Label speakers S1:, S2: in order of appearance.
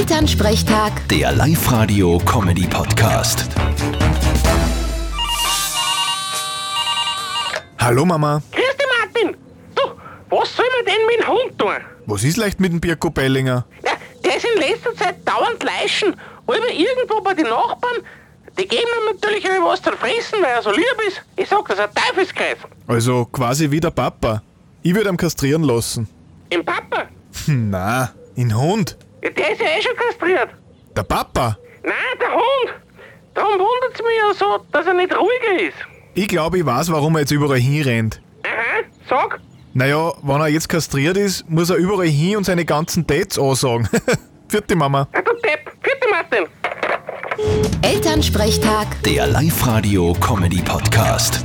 S1: Elternsprechtag,
S2: Der Live-Radio-Comedy-Podcast.
S3: Hallo Mama,
S4: Grüß dich, Martin. Du, was soll man denn mit dem Hund tun?
S3: was ist leicht mit dem Birko Bellinger?
S4: Ja, der ist in letzter Zeit dauernd leischen. Über irgendwo bei den Nachbarn, die geben ihm natürlich auch was zu fressen, weil er so lieb ist. Ich sag, das ist ein Teufelskreis.
S3: Also quasi wie der Papa. Ich würde ihn kastrieren lassen.
S4: Im Papa,
S3: Hm, na, in Hund.
S4: ja, der ist ja eh schon kastriert.
S3: Der Papa.
S4: Nein, der Hund. Darum wundert es mich ja so, dass er nicht ruhiger ist.
S3: Ich glaube, ich weiß, warum er jetzt überall hinrennt.
S4: Aha, sag.
S3: Naja, wenn er jetzt kastriert ist, muss er überall hin und seine ganzen Dates ansagen. Vierte Mama.
S4: Ja, du Depp. Vierte Martin.
S1: Elternsprechtag.
S2: Der Live-Radio-Comedy-Podcast.